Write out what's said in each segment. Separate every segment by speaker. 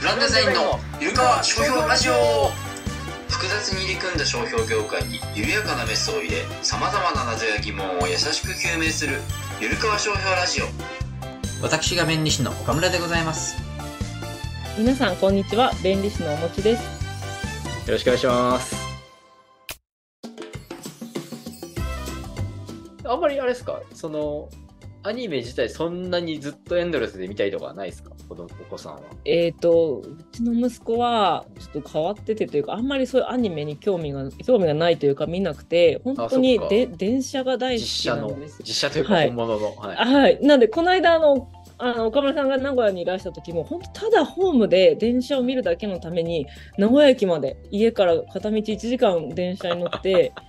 Speaker 1: プランデザインのゆるかわ商標ラジオ複雑に入り組んだ商標業界に緩やかなメスを入れさまざまな謎や疑問を優しく究明するゆるかわ商標ラジオ私が弁理士の岡村でございます
Speaker 2: 皆さんこんにちは弁理士のおもちです
Speaker 3: よろしくお願いします。あんまりあれですか、その、アニメ自体そんなにずっとエンドレスで見たりとかはないですか子供お子さんは。
Speaker 2: えっ、とうちの息子はちょっと変わっててというかあんまりそういうアニメに興味が興味がないというか見なくて本当に
Speaker 3: あそっか
Speaker 2: で電車が大
Speaker 3: 実写
Speaker 2: 好きな
Speaker 3: の
Speaker 2: んです、
Speaker 3: 実写というか
Speaker 2: はい
Speaker 3: 本物の。はい。
Speaker 2: はい、なんでこの間あのあの岡村さんが名古屋にいらした時も本当ただホームで電車を見るだけのために名古屋駅まで家から片道1時間電車に乗って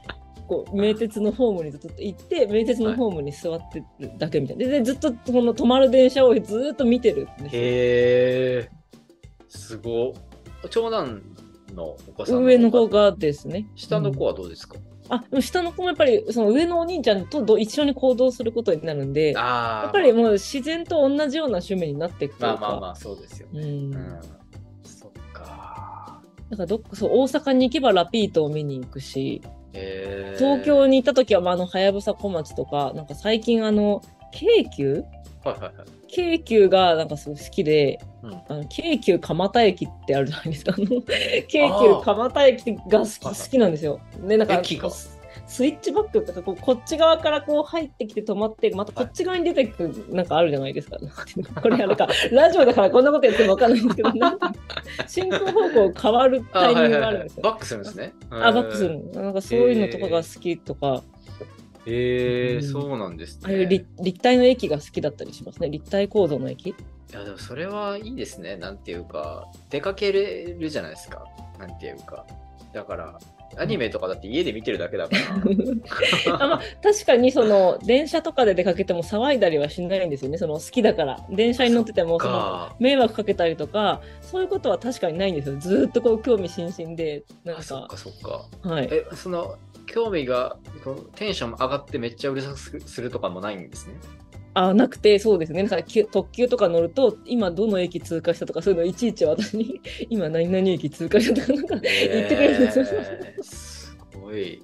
Speaker 2: こう名鉄のホームにずっと行って名鉄のホームに座ってるだけみたいな、ででずっとこの止まる電車をずーっと見てるんですよ
Speaker 3: へえ。すごい。長男のお子さん
Speaker 2: 上の子
Speaker 3: は
Speaker 2: がですね
Speaker 3: 下の子
Speaker 2: は、
Speaker 3: はどうですか、
Speaker 2: うんあでも下の子もやっぱりその上のお兄ちゃんとど一緒に行動することになるんでや
Speaker 3: ああ。
Speaker 2: っぱりもう自然と同じような趣味になっていくと
Speaker 3: ま
Speaker 2: い
Speaker 3: あ
Speaker 2: うか、
Speaker 3: まあまあ、そうですよね。
Speaker 2: うん
Speaker 3: うん。そっか。
Speaker 2: なんかどっかそう大阪に行けばラピートを見に行くし
Speaker 3: へえ。
Speaker 2: 東京に行った時はまああのはやぶさ小町とかなんか最近あの京急
Speaker 3: はいはいはい。
Speaker 2: 京急がなんかすごい好きで、
Speaker 3: うん
Speaker 2: あの京急蒲田駅ってあるじゃないです かあの
Speaker 3: あ
Speaker 2: 京急
Speaker 3: ー
Speaker 2: 蒲田駅が好
Speaker 3: はい
Speaker 2: き好
Speaker 3: はい
Speaker 2: きなんですよ。でなんか
Speaker 3: 駅が
Speaker 2: ススイッチバックとかこうこっち側からこう入ってきて止まってまたこっち側に出てくるなんかあるじゃないですか。 なんていうのこれな んかラジオだからこんなことやっても分かんないんですけどなんか進行方向変わる
Speaker 3: あ
Speaker 2: タイミング
Speaker 3: はい
Speaker 2: があ
Speaker 3: はいは
Speaker 2: るんで
Speaker 3: い
Speaker 2: すよ。
Speaker 3: バックするんですね。
Speaker 2: あ、バックす
Speaker 3: うん
Speaker 2: るのなんかそういうのとかが好きとか、
Speaker 3: へえ
Speaker 2: うん
Speaker 3: そうなんですね。
Speaker 2: ああいう立立体の駅が好きだったりしますね。立体構造の駅。
Speaker 3: いやでもそれはいいですね。なんていうか、出かけれるじゃないですか。なんていうか。だから、アニメとかだって家で見てるだけだか
Speaker 2: あまあ
Speaker 3: ら。
Speaker 2: 確かにその電車とかで出かけても騒いだりはしないんですよね。その好きだから。電車に乗っ ててもその
Speaker 3: か
Speaker 2: 迷惑かけたりとか、そういうことは確かにないんですよ。ずーっとこう興味津々で、なん
Speaker 3: あ、そっ
Speaker 2: か、
Speaker 3: かそっか。
Speaker 2: はい。
Speaker 3: え、その、興味が、このテンション上がってめっちゃうるさくするとかもないんですね。
Speaker 2: あ、なくてそうですね。だからきゅ特急とか乗ると、今どの駅通過したとか、そういうのいちいち私に、 今何々駅通過したとか、なんか言ってくれるんですよ。
Speaker 3: へえすごい。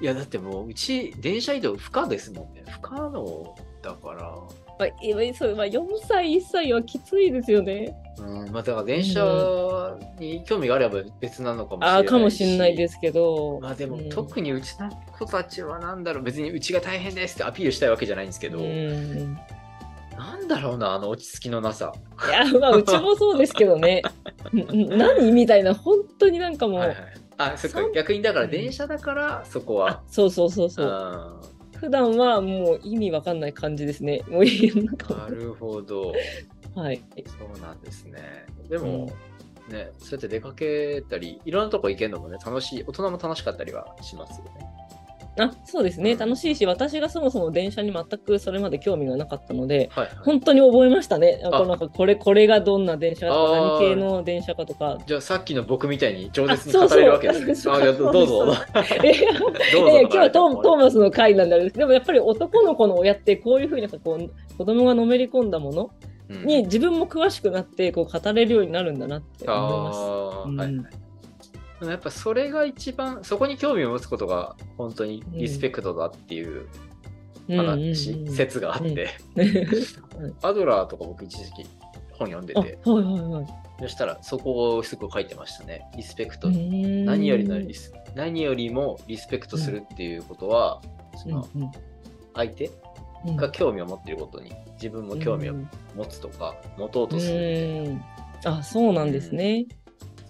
Speaker 3: いや、だってもう、うち、電車移動不可ですもんね。不可能だから。
Speaker 2: まあ、今そうまあ、4歳、1歳はきついですよね。
Speaker 3: うん、まあ、だから電車に興味があれば別なのかもしれない。
Speaker 2: ああ、かもしれないですすけど。
Speaker 3: まあでも、
Speaker 2: うん
Speaker 3: 特にうちの子たちはなんだろう、別にうちが大変ですってアピールしたいわけじゃないんですけど、
Speaker 2: うん
Speaker 3: なんだろうな、あの落ち着きのなさ。
Speaker 2: いや、まあ、うちもそうですけどね。 うん何みたいな、本当になんかもう、
Speaker 3: はいはい、あ、そっか
Speaker 2: そ、う
Speaker 3: 逆にだから
Speaker 2: うん
Speaker 3: 電車だから、そこ
Speaker 2: あ
Speaker 3: は。
Speaker 2: そうそうそう
Speaker 3: う
Speaker 2: そう。
Speaker 3: ん、
Speaker 2: 普段はもう意味わかんない感じですね。もういいなん
Speaker 3: な
Speaker 2: か、
Speaker 3: るほど。
Speaker 2: はい。
Speaker 3: そうなんですね。でも、ね、そうやって出かけたり、いろんなとこ行けるのもね、楽しい、大人も楽しかったりはしますよね。
Speaker 2: あ、そうですね。楽しいし、私がそもそも電車に全くそれまで興味がなかったので、
Speaker 3: はい、はい。
Speaker 2: 本当に覚えましたね。あ
Speaker 3: あ
Speaker 2: こうなんかこれ、これがどんな電車かとか、
Speaker 3: あー
Speaker 2: 何系の電車かとか。
Speaker 3: じゃあさっきの僕みたいに饒
Speaker 2: あ
Speaker 3: 舌に語れるわけ ですね。あいやどうぞ。
Speaker 2: えいや
Speaker 3: どう
Speaker 2: え
Speaker 3: ぞ
Speaker 2: え今日はトートーマスの回なんだけどでもやっぱり男の子の親ってこういうふうになんかこう子供がのめり込んだもの
Speaker 3: うん
Speaker 2: に自分も詳しくなってこう語れるようになるんだなって
Speaker 3: あ
Speaker 2: 思います。
Speaker 3: ー
Speaker 2: うん
Speaker 3: はいはい。でもやっぱそれが一番そこに興味を持つことが本当にリスペクトだっていう話、
Speaker 2: うんうんうん
Speaker 3: 説があって、アドラーとか僕一時期本読んで
Speaker 2: あ
Speaker 3: て
Speaker 2: はいはいはい
Speaker 3: そしたらそこをすごい書いてましたねリスペクト、
Speaker 2: うーん。
Speaker 3: 何よりのリス何よりもリスペクトするっていうことは、その
Speaker 2: うんうん
Speaker 3: 相手
Speaker 2: うん
Speaker 3: が興味を持っていることに自分も興味を持つとか持とうとするっていう
Speaker 2: うーんあそうなんですね。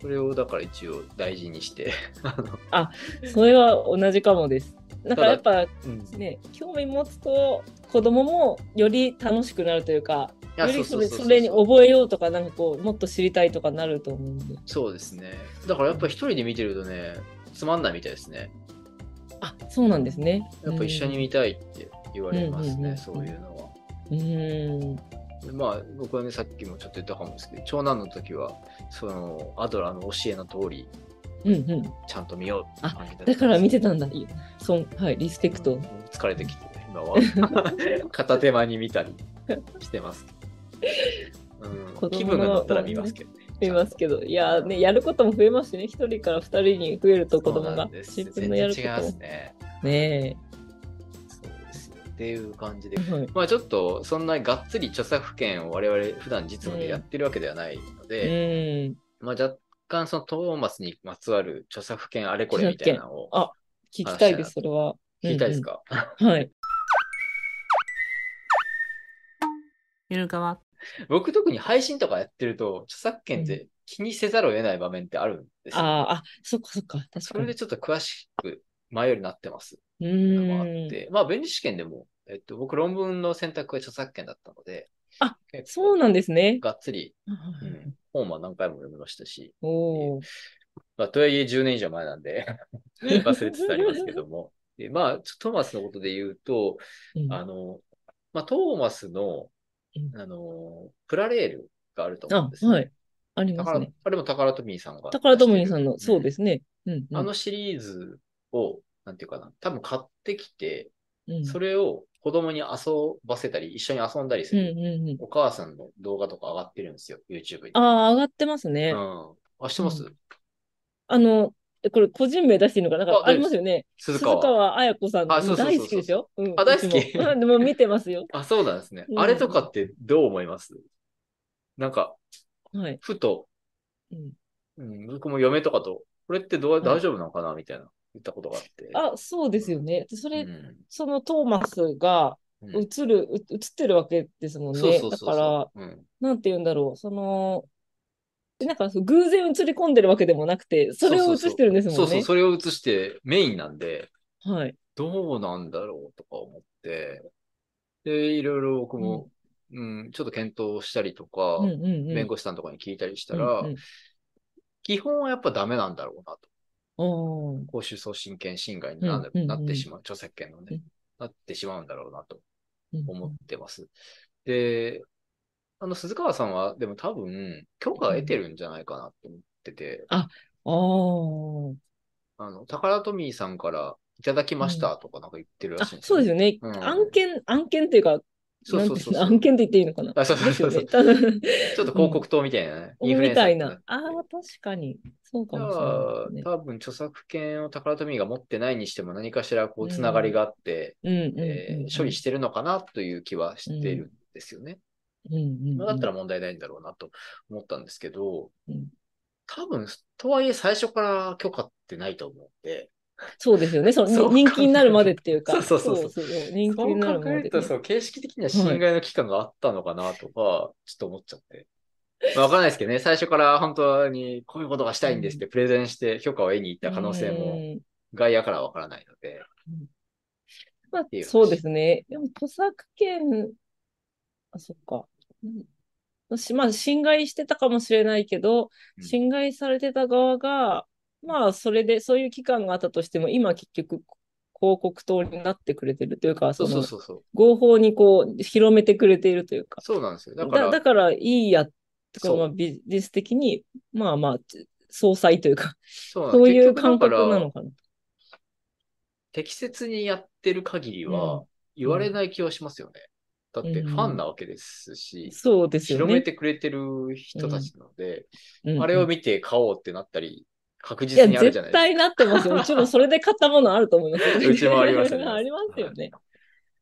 Speaker 3: それをだから一応大事にして、あの
Speaker 2: それは同じかもです。なんかやっぱ
Speaker 3: うん
Speaker 2: ね興味持つと子供もより楽しくなるというか
Speaker 3: いや
Speaker 2: より
Speaker 3: そそ
Speaker 2: そう
Speaker 3: う
Speaker 2: れ
Speaker 3: そう
Speaker 2: それに覚えようとかなんかこうもっと知りたいとかなると思うんで。
Speaker 3: そうですねだからやっぱ一人で見てるとねつまんないみたいですね
Speaker 2: あそうなんですね。
Speaker 3: やっぱ一緒に見たいって言われますね、
Speaker 2: うん
Speaker 3: そういうのは
Speaker 2: うん。うん
Speaker 3: でまあ僕はねさっきもちょっと言ったかもですけど長男の時はそのアドラーの教えの通り
Speaker 2: うんうん。
Speaker 3: ちゃんと見ようって感じったんです
Speaker 2: だから見てたんだ。いそんはいリスペク
Speaker 3: う
Speaker 2: ト
Speaker 3: ん。疲れてきて今 は片手間に見たりしてますけど、うん
Speaker 2: 子供の
Speaker 3: 気分が乗ったら見ますけどね
Speaker 2: いますけど、いやーね、やることも増えますしね、一人から二人に増えると子供
Speaker 3: そうな
Speaker 2: が
Speaker 3: んです
Speaker 2: 自分のやるこ
Speaker 3: 全然違いま
Speaker 2: と
Speaker 3: す
Speaker 2: も。
Speaker 3: ね。
Speaker 2: ね
Speaker 3: そうですねっていう感じで
Speaker 2: え。はい
Speaker 3: まあちょっとそんながっつり著作権を我々普段実務でやってるわけではないので、
Speaker 2: うん。
Speaker 3: まあ若干そのトーマスにまつわる著作権あれこれみたいなのを
Speaker 2: あ聞きたいです、それは。
Speaker 3: 聞きたいですか、
Speaker 2: うんうんはい。
Speaker 4: ゆるかわ。
Speaker 3: 僕特に配信とかやってると著作権って気にせざるを得ない場面ってあるんです
Speaker 2: あ
Speaker 3: よ。
Speaker 2: あ、あ、そっかそっか。確
Speaker 3: そ
Speaker 2: か
Speaker 3: れ
Speaker 2: に。
Speaker 3: でちょっと詳しく前よりなってます。
Speaker 2: う
Speaker 3: もあっ
Speaker 2: ーん。
Speaker 3: て、まあ弁理士試験でも、えっと、僕論文の選択は著作権だったので、
Speaker 2: あ
Speaker 3: 結構
Speaker 2: そうなんですね。
Speaker 3: がっつり、
Speaker 2: はいはいはい
Speaker 3: うん本は何回も読みましたし、
Speaker 2: おお。
Speaker 3: まあ、とはいえ10年以上前なん で忘れつつありますけども。でまあ、ちょトーマスのことで言うと、
Speaker 2: うん
Speaker 3: あの、まあ、トーマスの
Speaker 2: うん、
Speaker 3: あの、プラレールがあると思うん
Speaker 2: あ
Speaker 3: で、すよ
Speaker 2: はい。あります
Speaker 3: 宝
Speaker 2: ね。
Speaker 3: あれも宝トミーさんが。、
Speaker 2: 宝友美さんの、そうですすね。うん。
Speaker 3: あのシリーズを、なんていうかな、多分買ってきて、
Speaker 2: うん、
Speaker 3: それを子供に遊ばせたり、一緒に遊んだりす
Speaker 2: うん
Speaker 3: る、
Speaker 2: うんうん。
Speaker 3: お母さんの動画とか上がってるんですよ、YouTube に。
Speaker 2: ああ、上がってますね。
Speaker 3: うん、あ、知ってます、
Speaker 2: うあの、えこれ個人名出していいのかななんか
Speaker 3: あ
Speaker 2: ありますよね。
Speaker 3: 鈴
Speaker 2: 鈴
Speaker 3: 川。
Speaker 2: 川綾子さん
Speaker 3: あそうそうそうそう
Speaker 2: 大好きでしょ、うん、
Speaker 3: あ大好き
Speaker 2: 私 もうんでも見てますよ。
Speaker 3: あ、そうなんですね。
Speaker 2: うん
Speaker 3: あれとかってどう思いますなんか、
Speaker 2: はい。
Speaker 3: ふと、
Speaker 2: うん
Speaker 3: うん、僕も嫁とかと、これってどう、
Speaker 2: ん
Speaker 3: 大丈夫なのかなみたいな、言ったことがあって。
Speaker 2: あ、そうですよね。それ、
Speaker 3: うん
Speaker 2: そのトーマスが
Speaker 3: うん
Speaker 2: 映る、う映ってるわけですもん
Speaker 3: そう
Speaker 2: ね
Speaker 3: そう。
Speaker 2: だ
Speaker 3: そう
Speaker 2: から
Speaker 3: そ、う。うん
Speaker 2: なんて言うんだろう。その、なんかそう偶然映り込んでるわけでもなくて、それを映してるんですもんね。
Speaker 3: そうそう、それを映してメインなんで、
Speaker 2: はい。
Speaker 3: どうなんだろうとか思って、で、いろいろ僕も、うん、ちょっと検討したりとか、
Speaker 2: うんうんうん。
Speaker 3: 弁護士さんとかに聞いたりしたら、
Speaker 2: うんうん
Speaker 3: 基本はやっぱダメなんだろうなと。
Speaker 2: おー
Speaker 3: 公衆送信権侵害にな,、
Speaker 2: うんうん
Speaker 3: なってしまう、著作権のね、
Speaker 2: うん
Speaker 3: なってしまうんだろうなと
Speaker 2: うん
Speaker 3: 思ってます。で、あの、鈴川さんは、でも多分、許可を得てるんじゃないかなと思ってて、
Speaker 2: あー
Speaker 3: あの、宝富さんからいただきましたとかなんか言ってるら
Speaker 2: あ
Speaker 3: しいん。です
Speaker 2: そうです
Speaker 3: よ。
Speaker 2: よね。
Speaker 3: うん
Speaker 2: 案件、案件っていうか、
Speaker 3: そうそうそうそう
Speaker 2: なんていの案件って言っていいのかな
Speaker 3: あそうそうそうそう
Speaker 2: ですよね多
Speaker 3: ちょっ
Speaker 2: 分
Speaker 3: と広告塔みたいなね、インフルエ
Speaker 2: み
Speaker 3: ンサ
Speaker 2: た
Speaker 3: ー
Speaker 2: い
Speaker 3: にって。
Speaker 2: なああ、確かに。そうか
Speaker 3: じゃ
Speaker 2: もし
Speaker 3: あ、
Speaker 2: れない
Speaker 3: 多分著作権を宝富が持ってないにしても何かしらこうつながりがあって、
Speaker 2: ですね。うんうんうん
Speaker 3: え
Speaker 2: うん
Speaker 3: ー処理してるのかなという気はしているんですよね。
Speaker 2: うんうんうん
Speaker 3: まあ、だったら問題ないんだろうなと思ったんですけど、
Speaker 2: うん
Speaker 3: 多分、とはいえ最初から許可ってないと思って、
Speaker 2: そうですよね。そ
Speaker 3: そう
Speaker 2: の人気になるまでっていうか。
Speaker 3: そうそうそう
Speaker 2: そう人気になるま
Speaker 3: そう
Speaker 2: でね。
Speaker 3: 考えるとそう、形式的には侵害の期間があったのかなとか、ちょっと思っちゃって。まあ、わからないですけどね、最初から本当にこういうことがしたいんですってプレゼンして許可を得に行った可能性
Speaker 2: う
Speaker 3: も
Speaker 2: ん
Speaker 3: 外野からはわからないので、
Speaker 2: まあ
Speaker 3: ていう話
Speaker 2: そうですね。でも著作権、あ、そっか。うんしまあ、侵害してたかもしれないけど、
Speaker 3: うん
Speaker 2: 侵害されてた側が、まあ、それで、そういう期間があったとしても、今結局、広告塔になってくれてるというか、
Speaker 3: そう
Speaker 2: そ
Speaker 3: そう
Speaker 2: の
Speaker 3: そうそう、
Speaker 2: 合法にこう、広めてくれているというか。
Speaker 3: そうなんですよ。だ
Speaker 2: だ
Speaker 3: か
Speaker 2: だ
Speaker 3: ら、
Speaker 2: からいいや、とか
Speaker 3: そう
Speaker 2: まあ、ビジネス的に、まあまあ、総裁というか、
Speaker 3: そうなん
Speaker 2: そう
Speaker 3: です
Speaker 2: い
Speaker 3: 結
Speaker 2: う
Speaker 3: 局
Speaker 2: 感
Speaker 3: だか
Speaker 2: 覚
Speaker 3: ら
Speaker 2: なのかな。
Speaker 3: 適切にやってる限り
Speaker 2: う
Speaker 3: は言われない気はしますよね。だって
Speaker 2: うん
Speaker 3: ファンなわけですし、
Speaker 2: そうですよ
Speaker 3: 広め
Speaker 2: ね。
Speaker 3: てくれてる人たちなので、
Speaker 2: うん
Speaker 3: あれを見て買おうってなったり、確
Speaker 2: いや、
Speaker 3: 実にあるじゃな
Speaker 2: 絶
Speaker 3: いですか。
Speaker 2: 対なってますよ。うちもそれで買ったものあると思いますよ。
Speaker 3: うちもありますね
Speaker 2: ありますよね。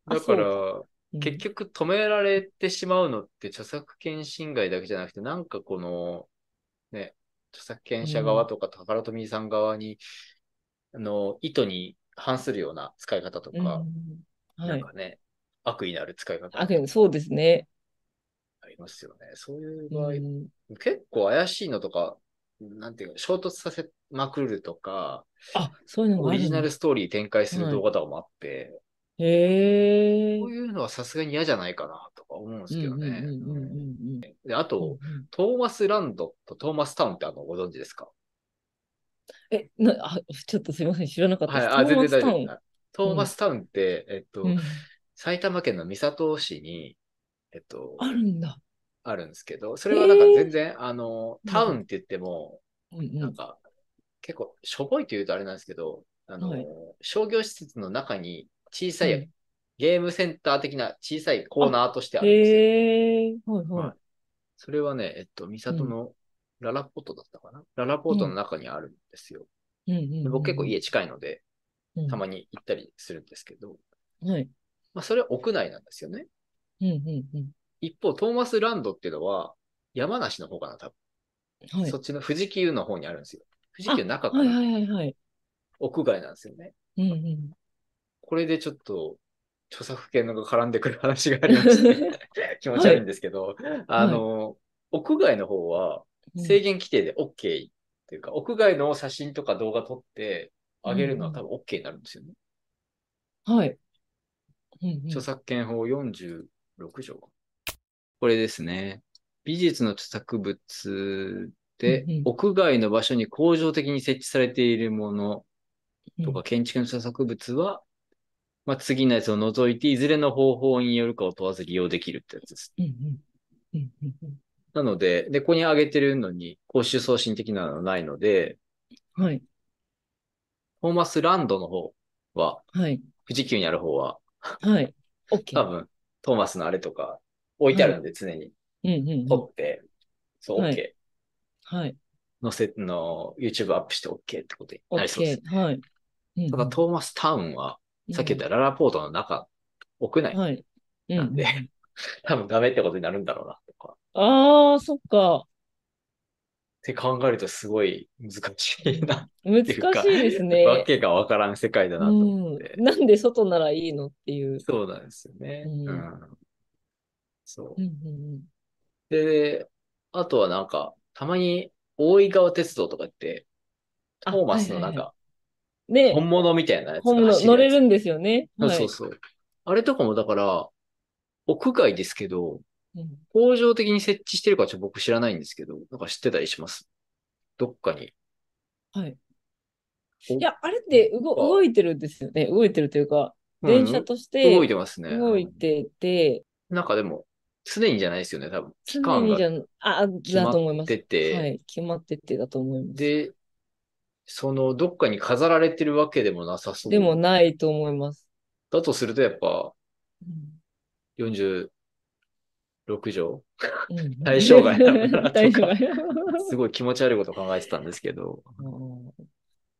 Speaker 2: あ
Speaker 3: だか
Speaker 2: そ
Speaker 3: ら、
Speaker 2: うん
Speaker 3: 結局止められてしまうのって著作権侵害だけじゃなくて、なんかこの、ね、著作権者側とか宝富さん側に、あの意図に反するような使い方とか、
Speaker 2: うん
Speaker 3: な
Speaker 2: は
Speaker 3: ん
Speaker 2: い。
Speaker 3: かね、悪意のある使い方
Speaker 2: あ、けどそうですね。
Speaker 3: ありますよね。そういう場合、
Speaker 2: うん
Speaker 3: 結構怪しいのとか、なんていうか、衝突させまくるとか、
Speaker 2: あ、そういうの
Speaker 3: オ
Speaker 2: がある
Speaker 3: リジナ
Speaker 2: んだ
Speaker 3: ルストーリー展開する動画とかもあって、
Speaker 2: へえ。
Speaker 3: こういうのはさすがに嫌じゃないかなとか思うんですけどね。
Speaker 2: うんうんうんうん
Speaker 3: うん
Speaker 2: うん
Speaker 3: であ
Speaker 2: うんう
Speaker 3: と
Speaker 2: ん、
Speaker 3: トーマスランドとトーマスタウンってあのご存知ですか
Speaker 2: えなあ、ちょっとすみません、知らなかった
Speaker 3: はい、
Speaker 2: です。
Speaker 3: あ、全然大
Speaker 2: トー
Speaker 3: 丈
Speaker 2: マ
Speaker 3: 夫。
Speaker 2: ス
Speaker 3: トーマスタウンって、えっと、
Speaker 2: タウンうん
Speaker 3: 埼玉県の三郷市に、えっと、
Speaker 2: あるんだ。
Speaker 3: あるんですけど、それはなんか全然、あの、タウンって言っても、
Speaker 2: うんう
Speaker 3: なん
Speaker 2: ん。
Speaker 3: か、結構、しょぼいというとあれなんですけど、あの、
Speaker 2: はい
Speaker 3: 商業施設の中に小さい、
Speaker 2: うん
Speaker 3: ゲームセンター的な小さいコーナーとしてあるんですよ。
Speaker 2: へえ。はいは
Speaker 3: はいそれはね、えっと、三郷のララポートだったかなララポートの中にあるんですよ。
Speaker 2: うんうんう
Speaker 3: で
Speaker 2: ん
Speaker 3: 僕結構家近いので、
Speaker 2: うん
Speaker 3: たまに行ったりするんですけど、
Speaker 2: はい。
Speaker 3: まあ、それは屋内なんですよね。
Speaker 2: うんうん
Speaker 3: 一方、トーマスランドっていうのは、山梨の方かな、多
Speaker 2: うん。
Speaker 3: 分。
Speaker 2: はい
Speaker 3: そ。っちの富士急の方にあるんですよ。富士急の中か
Speaker 2: はい
Speaker 3: な、
Speaker 2: はいはいはい。
Speaker 3: 屋外なんですよね。
Speaker 2: うんうん。
Speaker 3: これでちょっと、著作権のが絡んでくる話がありまして、 気持ち悪いんですけど、あの、屋外の方は
Speaker 2: うん
Speaker 3: 制限規定で OK っていうか、屋外の写真とか動画撮ってあげるのは多分 OK になるんですよね。
Speaker 2: はい。うんうん
Speaker 3: 著作権法46条か。これですね。美術の著作物で
Speaker 2: うんうん、
Speaker 3: 屋外の場所に恒常的に設置されているものとか、建築の著作物は、まあ、次のやつを除いて、いずれの方法によるかを問わず利用できるってやつです。
Speaker 2: うんうんうんうんう
Speaker 3: なので、で、ここに挙げてるのに、公衆送信的なのはないので、
Speaker 2: ん。はい。
Speaker 3: トーマスランドの方は、
Speaker 2: はい。
Speaker 3: 富士急にある方は、
Speaker 2: はい。
Speaker 3: 多
Speaker 2: OK。
Speaker 3: 分、トーマスのあれとか、置いてあるんで、常に。
Speaker 2: うんうんう
Speaker 3: 撮
Speaker 2: ん。
Speaker 3: って、そう、
Speaker 2: はい
Speaker 3: OK。
Speaker 2: はい。
Speaker 3: 載せ、の、YouTube アップして OK ってことになりそうです。
Speaker 2: OK。はい。うんうん
Speaker 3: ただ、トーマスタウンは、さっき言っ
Speaker 2: う
Speaker 3: たララポートの中、屋
Speaker 2: ん
Speaker 3: 内
Speaker 2: はい。うん
Speaker 3: なんで、 多分ダメってことになるんだろうな、とか。っ
Speaker 2: ああ、そっか。
Speaker 3: て考えるとすごい難しい な、
Speaker 2: 難
Speaker 3: っ
Speaker 2: してい
Speaker 3: いうか
Speaker 2: で すね。
Speaker 3: わけがわからん世界だなと思って。
Speaker 2: うん、なんで外ならいいのっていう。
Speaker 3: そうなんですよね。
Speaker 2: うん
Speaker 3: うんそう
Speaker 2: う。んうん
Speaker 3: で、あとはなんか、たまに大井川鉄道とかって、ト
Speaker 2: あ
Speaker 3: ーマスのなん
Speaker 2: は
Speaker 3: か、
Speaker 2: うん、ね、
Speaker 3: 本物みたいなやつが
Speaker 2: 本物
Speaker 3: 走
Speaker 2: 乗
Speaker 3: るや
Speaker 2: れ
Speaker 3: つ
Speaker 2: るんですよね。
Speaker 3: そう
Speaker 2: はい
Speaker 3: そうそう。あれとかもだから、屋外ですけど、
Speaker 2: うん
Speaker 3: 工場的に設置してるかちょっと僕知らないんですけど、なんか知ってたりします。どっかに。
Speaker 2: はい。
Speaker 3: お
Speaker 2: いや、あれって動
Speaker 3: あ
Speaker 2: 動いてるんですよね。動いてるというか、
Speaker 3: うん
Speaker 2: 電車として
Speaker 3: 動いてますね。
Speaker 2: 動いてて、
Speaker 3: なんかでも、常にじゃないですよね、多分。期
Speaker 2: 常
Speaker 3: 間
Speaker 2: に
Speaker 3: が
Speaker 2: じゃん、あ、だと思いま
Speaker 3: 出
Speaker 2: す。
Speaker 3: て、
Speaker 2: はい、決まっててだと思います。
Speaker 3: で、その、どっかに飾られてるわけでもなさそう。
Speaker 2: でもないと思います。
Speaker 3: だとすると、やっぱ、
Speaker 2: うん
Speaker 3: 46条
Speaker 2: うん
Speaker 3: 対象外なんだなとか
Speaker 2: 対象 外。
Speaker 3: すごい気持ち悪いこと考えてたんですけど、そ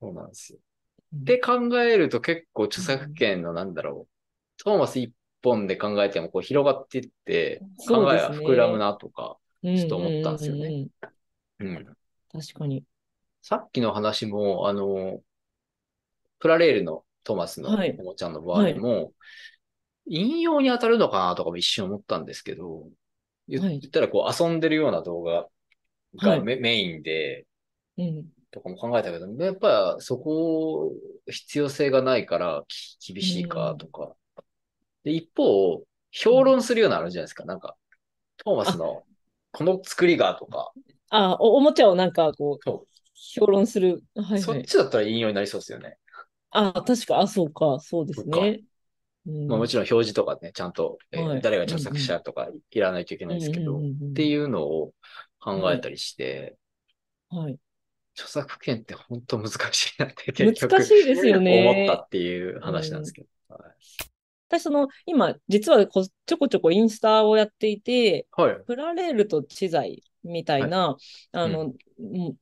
Speaker 3: うなんですよ。で考えると結構著作権のなんだろう、トーマス一本で考えてもこう広がっていって、考
Speaker 2: そう
Speaker 3: え
Speaker 2: です
Speaker 3: が
Speaker 2: ね
Speaker 3: 膨らむなとか、
Speaker 2: うん
Speaker 3: ちょっと思ったんですよね
Speaker 2: うううん
Speaker 3: うん。
Speaker 2: 確かに。
Speaker 3: さっきの話も、あの、プラレールのトーマスの
Speaker 2: はい
Speaker 3: おもちゃの場合も、引用に当たるのかなとかも一瞬思ったんですけど、言
Speaker 2: はい
Speaker 3: 言ったらこう遊んでるような動画
Speaker 2: は
Speaker 3: が
Speaker 2: い
Speaker 3: メ,、インで、
Speaker 2: うん
Speaker 3: とかも考えたけど、やっぱそこ、必要性がないからき厳しいかとか。で、一方、評論するようなのあるじゃないですか。なんか、トーマスのこの作りがとか、
Speaker 2: あお、おもちゃをなんかこう、
Speaker 3: そう
Speaker 2: 評論する。はいは
Speaker 3: そっ
Speaker 2: い。
Speaker 3: ちだったら引用になりそうですよね。
Speaker 2: あ、確か、あ、そうか、そうですね。うん
Speaker 3: まあもちろん表示とかね、ちゃんと、えー
Speaker 2: はい
Speaker 3: 誰が著作者とかいらないといけないですけど、
Speaker 2: うん
Speaker 3: っ
Speaker 2: うんうんうん
Speaker 3: ていうのを考えたりして、
Speaker 2: はい、
Speaker 3: 著作権って本当難しいなって結
Speaker 2: 難
Speaker 3: 局
Speaker 2: しいですよ
Speaker 3: 思っ
Speaker 2: ね
Speaker 3: た。っていう話なんですけど。
Speaker 2: 私、その、今、実はこちょこちょこインスタをやっていて、
Speaker 3: はい。
Speaker 2: プラレールと知財みたいな、あ
Speaker 3: う
Speaker 2: の、うん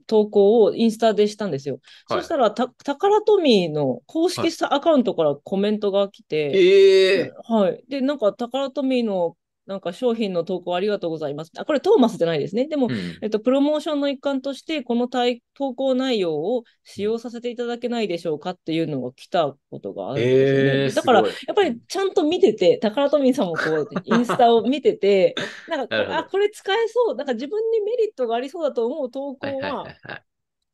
Speaker 2: 投稿をインスタでしたんですよ。
Speaker 3: はい
Speaker 2: そしたら、た、タカラトミーの公
Speaker 3: はい
Speaker 2: 式したアカウントからコメントが来て、
Speaker 3: ええ
Speaker 2: はい。で、なんか、タカラトミーの、なんか商品の投稿ありがとうございます。あ、これトーマスじゃないですね。でも、
Speaker 3: うん
Speaker 2: えっと、プロモーションの一環として、この対投稿内容を使用させていただけないでしょうかっていうのが来たことがあるんですよね。
Speaker 3: ええ
Speaker 2: だから、
Speaker 3: す
Speaker 2: や
Speaker 3: ごい
Speaker 2: っぱりちゃんと見てて、宝富さんもこう、インスタを見て て、なんか
Speaker 3: なるほど
Speaker 2: あ、これ使えそう、なんか自分にメリットがありそうだと思う投
Speaker 3: はい
Speaker 2: 稿
Speaker 3: はいは、
Speaker 2: はい
Speaker 3: はい。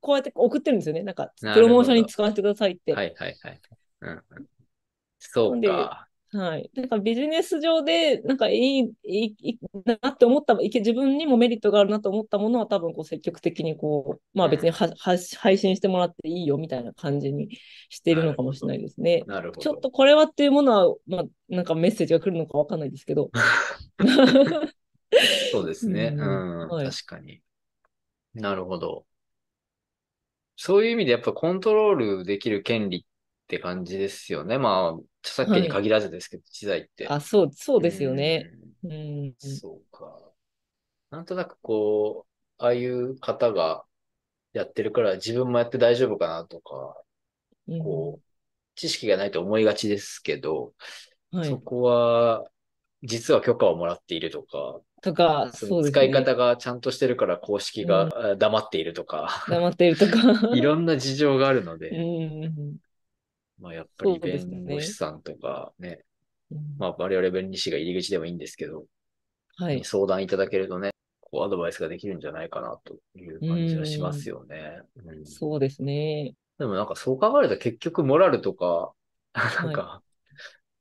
Speaker 2: こうやって送ってるんですよね。なんか、プ
Speaker 3: なるほど
Speaker 2: ロモーションに使わせてくださいって。
Speaker 3: はいはいはい。うんうん、そう
Speaker 2: で
Speaker 3: か。
Speaker 2: はい。なんかビジネス上で、なんかいい、いいいいなって思った、いけ自分にもメリットがあるなと思ったものは、多分こう積極的にこう、まあ別には、はし配信してもらっていいよみたいな感じにしているのかもしれないですね。
Speaker 3: なるほど。
Speaker 2: ちょっとこれはっていうものは、まあなんかメッセージが来るのかわかんないですけど。
Speaker 3: そうですね。う、
Speaker 2: うんんはい
Speaker 3: 確かに。なるほど。そういう意味でやっぱコントロールできる権利って感じですよね。まあ、著作権に限らずですけど、知財って。
Speaker 2: あ、そう、そううですよね。
Speaker 3: ん。
Speaker 2: うん。
Speaker 3: そうか。なんとなくこああいう方がやってるから自分もやって大丈夫かなとか、
Speaker 2: うん
Speaker 3: こう、知識がないと思いがちですけど、
Speaker 2: は
Speaker 3: そ
Speaker 2: い。
Speaker 3: こは、実は許可をもらっているとか、
Speaker 2: とか、
Speaker 3: そ
Speaker 2: そう
Speaker 3: の
Speaker 2: ですね。
Speaker 3: 使い方がちゃんとしてるから公式があ黙っているとか、
Speaker 2: 黙ってるとか。
Speaker 3: いろんな事情があるの
Speaker 2: うん
Speaker 3: で、
Speaker 2: うん
Speaker 3: まあやっぱり
Speaker 2: そうですね
Speaker 3: 弁護士さんとかね、
Speaker 2: うん。
Speaker 3: まあ我々弁理士が入り口でもいいんですけど、
Speaker 2: はい。
Speaker 3: 相談いただけるとね、こうアドバイスができるんじゃないかなという感じはしますよね。うん
Speaker 2: そうですね。
Speaker 3: でもなんかそう考えると結局モラルとか、
Speaker 2: い
Speaker 3: なんか、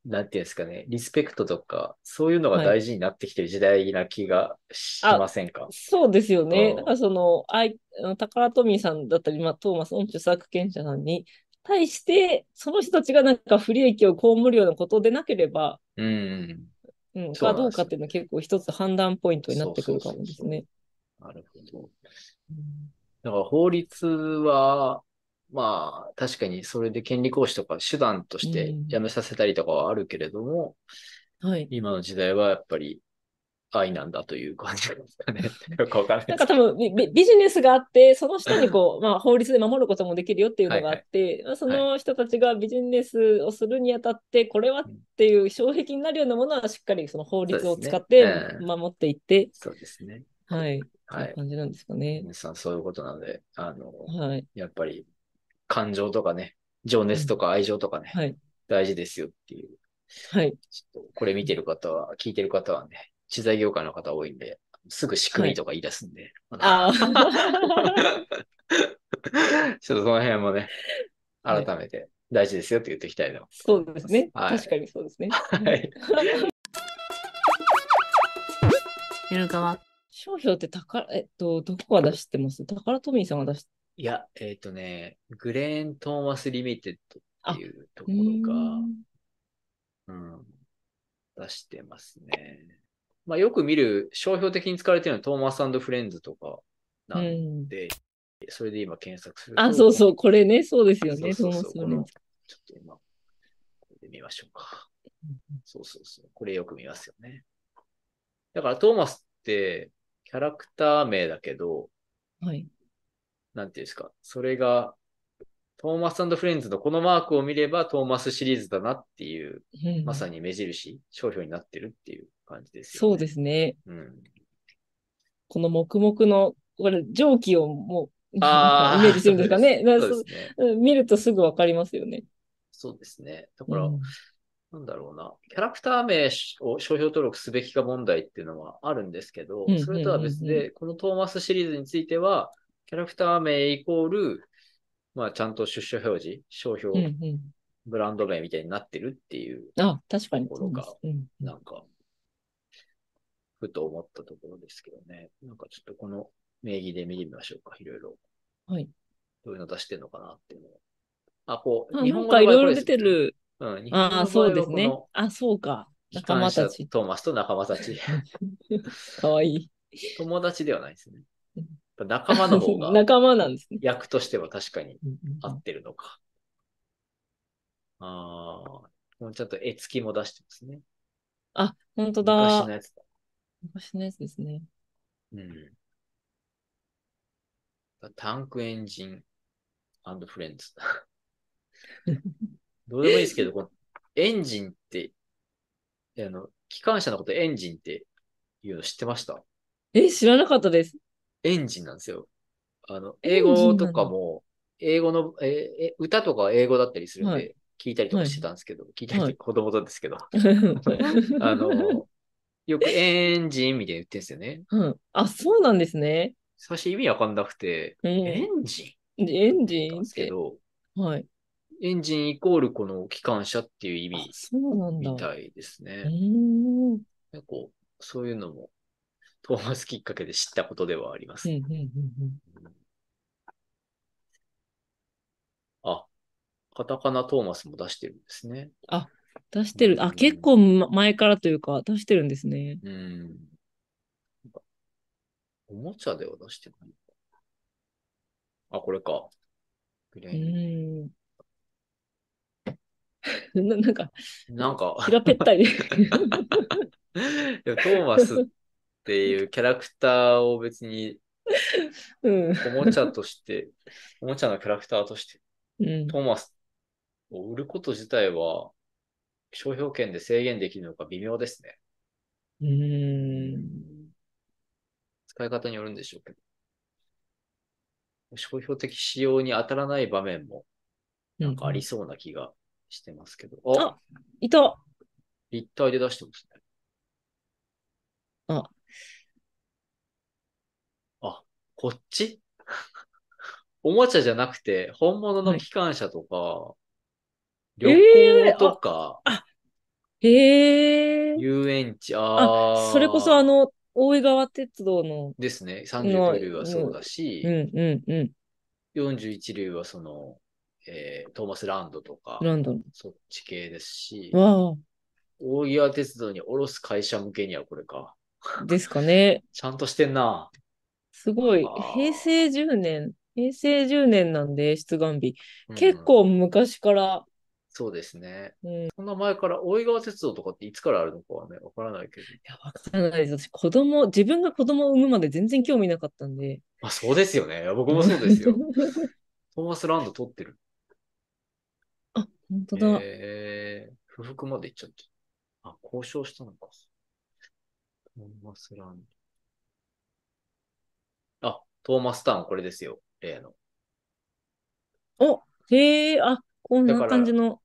Speaker 3: なんていうんですかね、リスペクトとか、そういうのが大事になってきてる時代な気がし
Speaker 2: あ
Speaker 3: ませんか。
Speaker 2: そうですよ
Speaker 3: う
Speaker 2: ね。
Speaker 3: ん
Speaker 2: だからその、あい、あのタカラトミーさんだったり、まあ、トーマスの著作権者さんに対して、その人たちがなんか不利益を被るようなことでなければ、
Speaker 3: うん。
Speaker 2: うん、
Speaker 3: そうな
Speaker 2: か
Speaker 3: ん
Speaker 2: ど
Speaker 3: で
Speaker 2: う
Speaker 3: すよ
Speaker 2: かっていうのは結構一つ判断ポイントになってくるかもですね。
Speaker 3: なるほど。
Speaker 2: うん
Speaker 3: だから法律は、まあ確かにそれで権利行使とか手段として
Speaker 2: うん
Speaker 3: やめさせたりとかはあるけれども、
Speaker 2: はい。
Speaker 3: 今の時代はやっぱり愛なんだという感じなんですかね。よくわかんない
Speaker 2: なん
Speaker 3: です
Speaker 2: か
Speaker 3: け
Speaker 2: 多分ビビビジネスがあって、その人にこう、 まあ、法律で守ることもできるよっていうのがあって、まあその人たちがビジネスをするにあたって、これはっていう障壁になるようなものはしっかりその法律を使って
Speaker 3: そうですね
Speaker 2: 守っていって、
Speaker 3: ど。そうですね。
Speaker 2: はい、そん
Speaker 3: は。
Speaker 2: ない感じなんですかね。
Speaker 3: 皆さんそういうことなので、あの、
Speaker 2: はい、
Speaker 3: やっぱり感情とかね、情熱とか愛情とかね、
Speaker 2: はい、
Speaker 3: 大事ですよっていう。
Speaker 2: はい、
Speaker 3: ちょっとこれ見てる方は、聞いてる方はね、知財業界の方多いんで、すぐ仕組みとか言い出すんで。
Speaker 2: あ
Speaker 3: ちょっとその辺もね、
Speaker 2: はい
Speaker 3: 改めて大事ですよって言っていきたいな。
Speaker 2: そうですね、
Speaker 3: はい
Speaker 2: 確かにそうですね。
Speaker 3: はい。
Speaker 4: ゆるかわ。
Speaker 2: 商標って宝、えっと、どこが出してます宝トミーさんが出して
Speaker 3: いや、えっ、とね、グレーン・トーマス・リミテッドっていうとこ
Speaker 2: う
Speaker 3: ろが
Speaker 2: ーん、
Speaker 3: うん、出してますね。まあ、よく見る、商標的に使われてるのはトーマスフレンズとかな
Speaker 2: うんん。
Speaker 3: で、それで今検索すると。
Speaker 2: あ、そうそう、これね、そうですよ
Speaker 3: そう
Speaker 2: ね、
Speaker 3: そう
Speaker 2: トー
Speaker 3: そ
Speaker 2: マ
Speaker 3: う
Speaker 2: ス
Speaker 3: こ
Speaker 2: のね
Speaker 3: のちょっと今、これで見ましょうか。そうそうそう。これよく見ますよね。だからトーマスってキャラクター名だけど、
Speaker 2: はい。
Speaker 3: なんていうんですか、それが、トーマスフレンズのこのマークを見ればトーマスシリーズだなっていう、まさ
Speaker 2: に。
Speaker 3: に目印、商標になってるっていう感じですよ
Speaker 2: そ
Speaker 3: ね。
Speaker 2: うですね。
Speaker 3: うん。
Speaker 2: この黙々の、これ、蒸気をもう、
Speaker 3: ああ、
Speaker 2: イメージするんですか ね。
Speaker 3: そう
Speaker 2: な
Speaker 3: で
Speaker 2: そ
Speaker 3: すね。
Speaker 2: ううん見るとすぐわかりますよね。
Speaker 3: そうですね。だから、
Speaker 2: うん
Speaker 3: なんだろうな、キャラクター名を商標登録すべきか問題っていうのはあるんですけど
Speaker 2: うんうんうんう、ん
Speaker 3: それとは別で、このトーマスシリーズについては、キャラクター名イコール、まあ、ちゃんと出所表示、商標、
Speaker 2: うんうん。
Speaker 3: ブランド名みたいになってるっていう、
Speaker 2: あ、確かに
Speaker 3: とこ
Speaker 2: そ
Speaker 3: ろ
Speaker 2: うで
Speaker 3: が
Speaker 2: す。うん
Speaker 3: なんか、ふと思ったところですけどね。なんかちょっとこの名義で見てみましょうか、いろいろ。
Speaker 2: はい。
Speaker 3: どういうの出してるのかなっていうのを。あ、こう、
Speaker 2: あ
Speaker 3: 日
Speaker 2: な
Speaker 3: 本
Speaker 2: ん
Speaker 3: 語の
Speaker 2: かい
Speaker 3: 場合
Speaker 2: ろ
Speaker 3: こ
Speaker 2: いろ
Speaker 3: れで
Speaker 2: 出
Speaker 3: す
Speaker 2: て
Speaker 3: よね。
Speaker 2: る。
Speaker 3: うん、日本語の
Speaker 2: ああ、そうです
Speaker 3: 場合
Speaker 2: ね
Speaker 3: はこの。
Speaker 2: あ、そうか。
Speaker 3: 機
Speaker 2: 仲間
Speaker 3: 関車
Speaker 2: たち。
Speaker 3: トーマスと仲間た ち。
Speaker 2: かわいい。
Speaker 3: 友達ではないですね
Speaker 2: う
Speaker 3: や
Speaker 2: ん。
Speaker 3: っぱ仲間の方が
Speaker 2: 仲間なんですね。
Speaker 3: 役としては確かに
Speaker 2: うんうん
Speaker 3: 合ってるのか。ああ、もうちょっと絵付きも出してますね。
Speaker 2: あ、本当
Speaker 3: 昔
Speaker 2: だ
Speaker 3: の。やつだ。
Speaker 2: 昔のやつですね。
Speaker 3: うん。タンクエンジンフレン ズ。どうでもいいですけど、このエンジンって、あの、機関車のことエンジンっていうの知ってました
Speaker 2: え、知らなかっ たです。
Speaker 3: エンジンなんですよ。あの、
Speaker 2: エ
Speaker 3: 英
Speaker 2: ンジン
Speaker 3: 語
Speaker 2: なんだ
Speaker 3: とかも、英語の、えーえ歌とかは英語だったりするん
Speaker 2: は
Speaker 3: で、聞いたりとかしてたんですけど、聞いたりっ
Speaker 2: は
Speaker 3: て
Speaker 2: い
Speaker 3: 子供なんですけ ど、
Speaker 2: う
Speaker 3: あの、よくエンジンみたいに言ってんですよね。
Speaker 2: ん、あ、 そうなんですね。
Speaker 3: 最初意味わかんなくて、
Speaker 2: うん、
Speaker 3: エ
Speaker 2: エ
Speaker 3: ンジ
Speaker 2: ン
Speaker 3: ン
Speaker 2: ジ
Speaker 3: なん
Speaker 2: ン
Speaker 3: で
Speaker 2: っ
Speaker 3: すけ
Speaker 2: て。
Speaker 3: ど、
Speaker 2: はい。
Speaker 3: エンジンイコールこの機関車っていう意
Speaker 2: あ
Speaker 3: 味、
Speaker 2: そうなんだ。
Speaker 3: みたいです
Speaker 2: う
Speaker 3: ね。
Speaker 2: ーん。
Speaker 3: 結構、そういうのも、トーマスきっかけで知ったことではありま
Speaker 2: う
Speaker 3: す。
Speaker 2: んうんうん
Speaker 3: あ、カタカナトーマスも出してるんですね。
Speaker 2: 出してる。あ、結構ま前からというか、出してるんですね。
Speaker 3: うん。なんかおもちゃでは出してないのか。あ、これか。グレ
Speaker 2: う
Speaker 3: ーン
Speaker 2: ーん。ななん か、
Speaker 3: なんか、
Speaker 2: 平べったいで。
Speaker 3: でもトーマスっていうキャラクターを別に
Speaker 2: うん。
Speaker 3: おもちゃとして、 おもちゃのキャラクターとして、
Speaker 2: うん。
Speaker 3: トーマスを売ること自体は、商標権で制限できるのか微妙ですね。
Speaker 2: うん。
Speaker 3: 使い方によるんでしょうけど。商標的使用に当たらない場面も、なんかありそうな気がしてますけど。あ
Speaker 2: あ、いた。
Speaker 3: 立体で出してますね。
Speaker 2: あ。
Speaker 3: あ、こっち おもちゃじゃなくて、本物の機関車とか、
Speaker 2: え
Speaker 3: 旅
Speaker 2: ー
Speaker 3: 行とか、
Speaker 2: へえ。
Speaker 3: 遊園地、あー
Speaker 2: それこそあの、大井川鉄道の。
Speaker 3: ですね。39流はそうだし、
Speaker 2: うんうんうん。
Speaker 3: 41流はその、えートーマスランドとか、
Speaker 2: ランドの。
Speaker 3: そっち系ですし、
Speaker 2: わ
Speaker 3: 大岩鉄道に降ろす会社向けにはこれか。
Speaker 2: あ、ですかね。
Speaker 3: ちゃんとしてんな。
Speaker 2: すごい
Speaker 3: あー。
Speaker 2: 平成10年。平成10年なんで、出願日。
Speaker 3: うん
Speaker 2: 結構昔から。
Speaker 3: そうですね。
Speaker 2: うん
Speaker 3: そんな前から、大井川鉄道とかっていつからあるのかはね、わからないけど。
Speaker 2: いや、わからないです。私、子供、自分が子供を産むまで全然興味なかったんで。。
Speaker 3: まあそうですよね。いや僕もそうですよ トーマスランド撮ってる。
Speaker 2: あ、本当だ。
Speaker 3: えー、不服まで行っちゃった。あ、交渉したのか。トーマスランド。あ、トーマスターン、これですよ。例の。
Speaker 2: へえ、あ、こん
Speaker 3: だか
Speaker 2: な
Speaker 3: ら
Speaker 2: 感じの。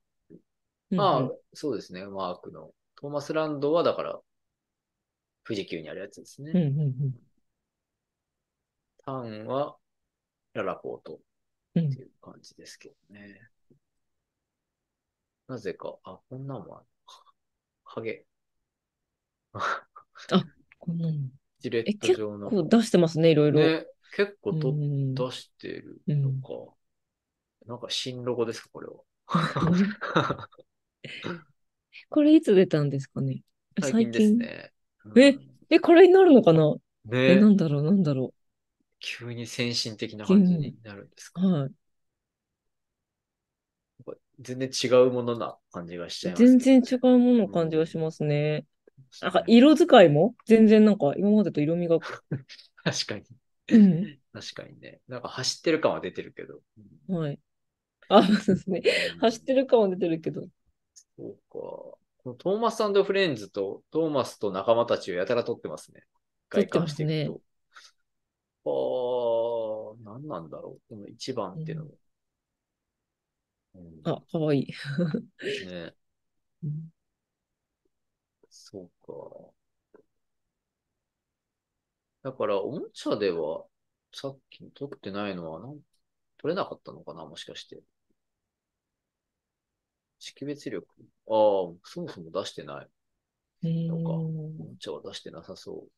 Speaker 3: まあ、
Speaker 2: うんうん
Speaker 3: そうですね、マークの。トーマスランドは、だから、富士急にあるやつですね。
Speaker 2: うんうん
Speaker 3: ターンは、ララポート
Speaker 2: うん
Speaker 3: っていう感じですけどね。なぜか、あ、こんなんもある影。
Speaker 2: こんなの。
Speaker 3: ジレ
Speaker 2: え
Speaker 3: ット状の。
Speaker 2: こう出してますね、いろいろ。
Speaker 3: ね、結構
Speaker 2: う
Speaker 3: と、
Speaker 2: ん
Speaker 3: 出してるのか。なんか新ロゴですか、これは。
Speaker 2: これいつ出たんですかね。
Speaker 3: 最近ですね。
Speaker 2: 近
Speaker 3: うん
Speaker 2: え、これになるのかなえ、な
Speaker 3: ね
Speaker 2: んだろう、なんだろ
Speaker 3: 急に先進的な感じになるんですか。
Speaker 2: う。はい。
Speaker 3: 全然違うものな感じがしちゃいます、
Speaker 2: 全然違うものを感じはしますね。
Speaker 3: す
Speaker 2: なんか色使いも全然なんか今までと色味が。
Speaker 3: 確かに。
Speaker 2: うん。
Speaker 3: 確かにね。なんか走ってる感は出てるけど。
Speaker 2: はい。あ、そうですね。走って
Speaker 3: る。
Speaker 2: る感は出てるけど。
Speaker 3: そうか。このトーマスフレンズとトーマスと仲間たちをやたら撮ってますね。
Speaker 2: 撮っ
Speaker 3: 外
Speaker 2: てま
Speaker 3: 観し
Speaker 2: す
Speaker 3: てい
Speaker 2: ね
Speaker 3: くと。ああ、何なんだろう。この一番っていうのも。うん
Speaker 2: あ、かわいい。
Speaker 3: ね。そうか。だから、おもちゃでは、さっき取ってないのはなん、取れなかったのかな、もしかして。識別力。ああ、そもそも出してない。
Speaker 2: うん
Speaker 3: なんかおもちゃは出してなさそう。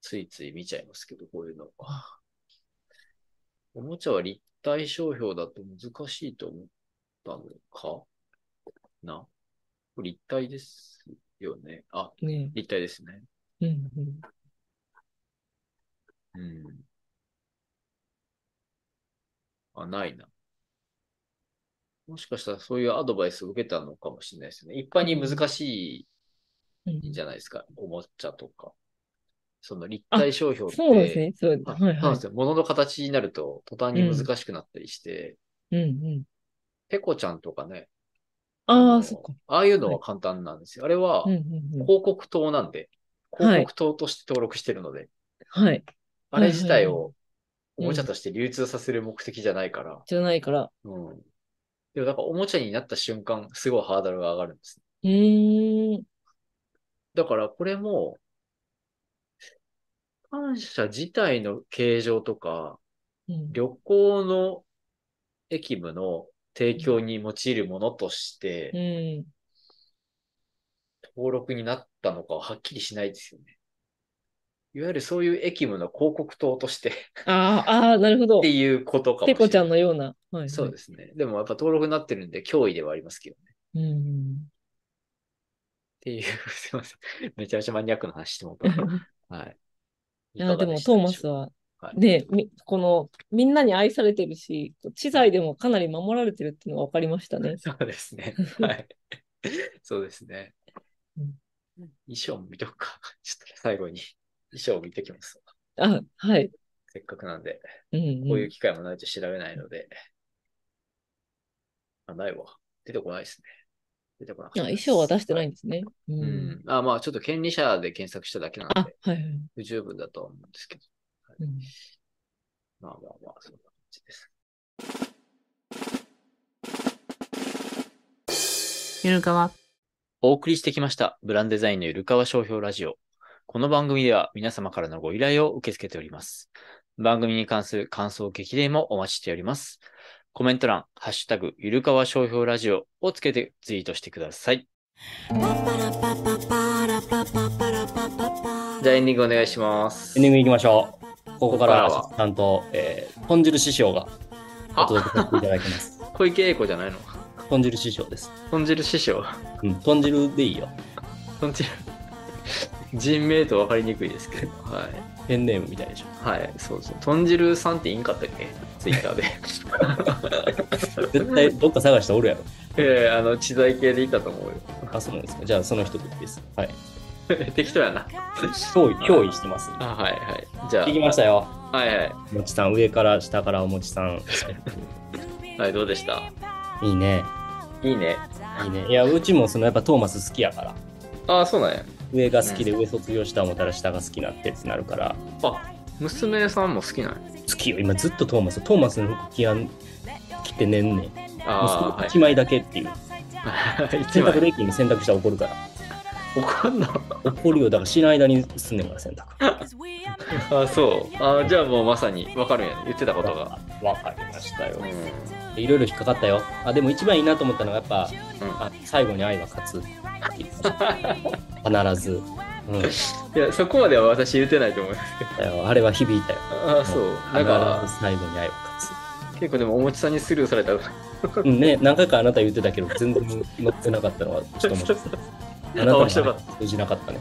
Speaker 3: ついつい見ちゃいますけど、こういうの。おもちゃは立体商標だと難しいと思ったのかなこれ立体ですよね。あ、
Speaker 2: ね
Speaker 3: 立体ですね。
Speaker 2: うんうん
Speaker 3: うん。あ、ないな。もしかしたらそういうアドバイスを受けたのかもしれないですね。一般に難しい
Speaker 2: うん
Speaker 3: いいんじゃないですか。おもちゃとか。その立体商標って。
Speaker 2: そうですね。そう
Speaker 3: あ。
Speaker 2: はい
Speaker 3: そうなん
Speaker 2: は
Speaker 3: ですよ。物の形になると途端に難しくなったりして、
Speaker 2: い。うんうん。
Speaker 3: ペコちゃんとかね。
Speaker 2: あ
Speaker 3: の
Speaker 2: あ、そっか。
Speaker 3: ああいうのは簡単なんですよ。あれは
Speaker 2: うんうんうん。
Speaker 3: 広告塔なんで、
Speaker 2: は
Speaker 3: 広
Speaker 2: い
Speaker 3: 告塔として登録してるので、
Speaker 2: はい。
Speaker 3: あれ自体
Speaker 2: はいはい
Speaker 3: をおもちゃとして流通させる目的じゃないから。
Speaker 2: じゃないから。
Speaker 3: うん。でもなんかおもちゃになった瞬間、すごいハードルが上がるんです。
Speaker 2: うーん。
Speaker 3: だからこれも、感謝自体の形状とか、
Speaker 2: うん
Speaker 3: 旅行の駅務の提供に用いるものとして
Speaker 2: うん。
Speaker 3: 登録になったのかははっきりしないですよね。いわゆるそういう駅務の広告塔として っ
Speaker 2: ああ、ああ、なるほど
Speaker 3: て。いうことかもしれ
Speaker 2: ペ
Speaker 3: ない。
Speaker 2: コちゃんのような。はいはい。
Speaker 3: そうですね。でもやっぱ登録になってるんで脅威ではありますけどね。っ
Speaker 2: うんうん。
Speaker 3: ていう、 すいません。めちゃめちゃマニアックな話してもらった はい。
Speaker 2: いや、
Speaker 3: いか
Speaker 2: で
Speaker 3: が
Speaker 2: も
Speaker 3: した
Speaker 2: トーマ
Speaker 3: でし
Speaker 2: ス
Speaker 3: ょう
Speaker 2: は
Speaker 3: は、い
Speaker 2: ね、みこの、みんなに愛されてるし、知財でもかなり守られてる っていうのが分かりましたね。
Speaker 3: そうですね。はい。そうですね
Speaker 2: うん。
Speaker 3: 衣装も見とくか。 ちょっと最後に衣装を見てきます。
Speaker 2: あ、はい。
Speaker 3: せっかくなんで、
Speaker 2: うんうん
Speaker 3: こういう機会もないと調べないので。あ、ないわ。出てこないですね。出てこない。
Speaker 2: あ衣装は出してないんですね。う。
Speaker 3: うんん。あ、まあちょっと権利者で検索しただけなん
Speaker 2: あ、は
Speaker 3: で、
Speaker 2: いはい。
Speaker 3: 不十分だとは思うんですけど。
Speaker 2: うん
Speaker 3: まあまあまあ、そんな感じです。
Speaker 4: ゆるかわ、
Speaker 3: お送りしてきました。ブランデザインのゆるかわ商標ラジオ。この番組では皆様からのご依頼を受け付けております。番組に関する感想、激励もお待ちしております。コメント欄、ハッシュタグ、ゆるかわ商標ラジオをつけてツイートしてください。じゃあエンディングお願いします。
Speaker 5: エンディングいきましょう。ここから
Speaker 3: ここ
Speaker 5: は、担当、えー、豚汁師匠がお届けさせていただきます。
Speaker 3: 小池栄子じゃないの
Speaker 5: 豚汁師匠です。
Speaker 3: 豚汁師匠。
Speaker 5: うん、豚汁でいいよ。
Speaker 3: 豚汁。人名と分かりにくいですけど。はい。
Speaker 5: ペンネームみたいでしょ。
Speaker 3: はい、そうそう。豚汁さんっていいんかったっけツイッターで。
Speaker 5: 絶対どっか探しておるやろ。
Speaker 3: ええあの、知財系でいたと思うよ。
Speaker 5: あ、そうなんですか。じゃあ、その人でいいです。はい。
Speaker 3: 適当やな。
Speaker 5: 憑依、憑依してます。
Speaker 3: あ、はいはい。じゃ
Speaker 5: 聞きましたよ。
Speaker 3: あ、はいはい。
Speaker 5: もちさん、上から下からおもちさん。
Speaker 3: はい、どうでした
Speaker 5: いいね。
Speaker 3: いいね。
Speaker 5: いいね。いや、うちもそのやっぱトーマス好きやから。
Speaker 3: あ、そうなんや。
Speaker 5: 上が好きで上卒業した思ったら下が好きになってってなるから。
Speaker 3: あ、娘さんも好きなんや。
Speaker 5: 好きよ。今ずっとトーマス、トーマスの服着やん、着てねんねん。
Speaker 3: あー、はい
Speaker 5: 1枚だけ っていう。
Speaker 3: はい。一
Speaker 5: 洗濯
Speaker 3: 枚。
Speaker 5: できに洗濯したら怒るから。
Speaker 3: 怒んの
Speaker 5: 怒るよ。だから知らん間にすんねんから、洗濯。
Speaker 3: あ、そう。あ、じゃあもうまさに分かるんやね。言ってたことが。
Speaker 5: わかりましたよ
Speaker 3: うん。。
Speaker 5: いろいろ引っかかったよ。あ、でも一番いいなと思ったのが、やっぱ、
Speaker 3: うん
Speaker 5: あ最後に愛は 勝つって言ってた。必ず。うん。
Speaker 3: いや、そこまでは私言ってないと思うんですけど。
Speaker 5: だよあれは響いたよ。
Speaker 3: あ、そう。なん
Speaker 5: 必
Speaker 3: か、
Speaker 5: ず最後に愛は勝
Speaker 3: 結構でもおもちさんにスルーされた。
Speaker 5: つ。うんね、何回かあなた言ってたけど、全然乗ってなかったの は、ちょっと思ってた。あなた
Speaker 3: 面
Speaker 5: は
Speaker 3: 白かっ
Speaker 5: 通じなかったね。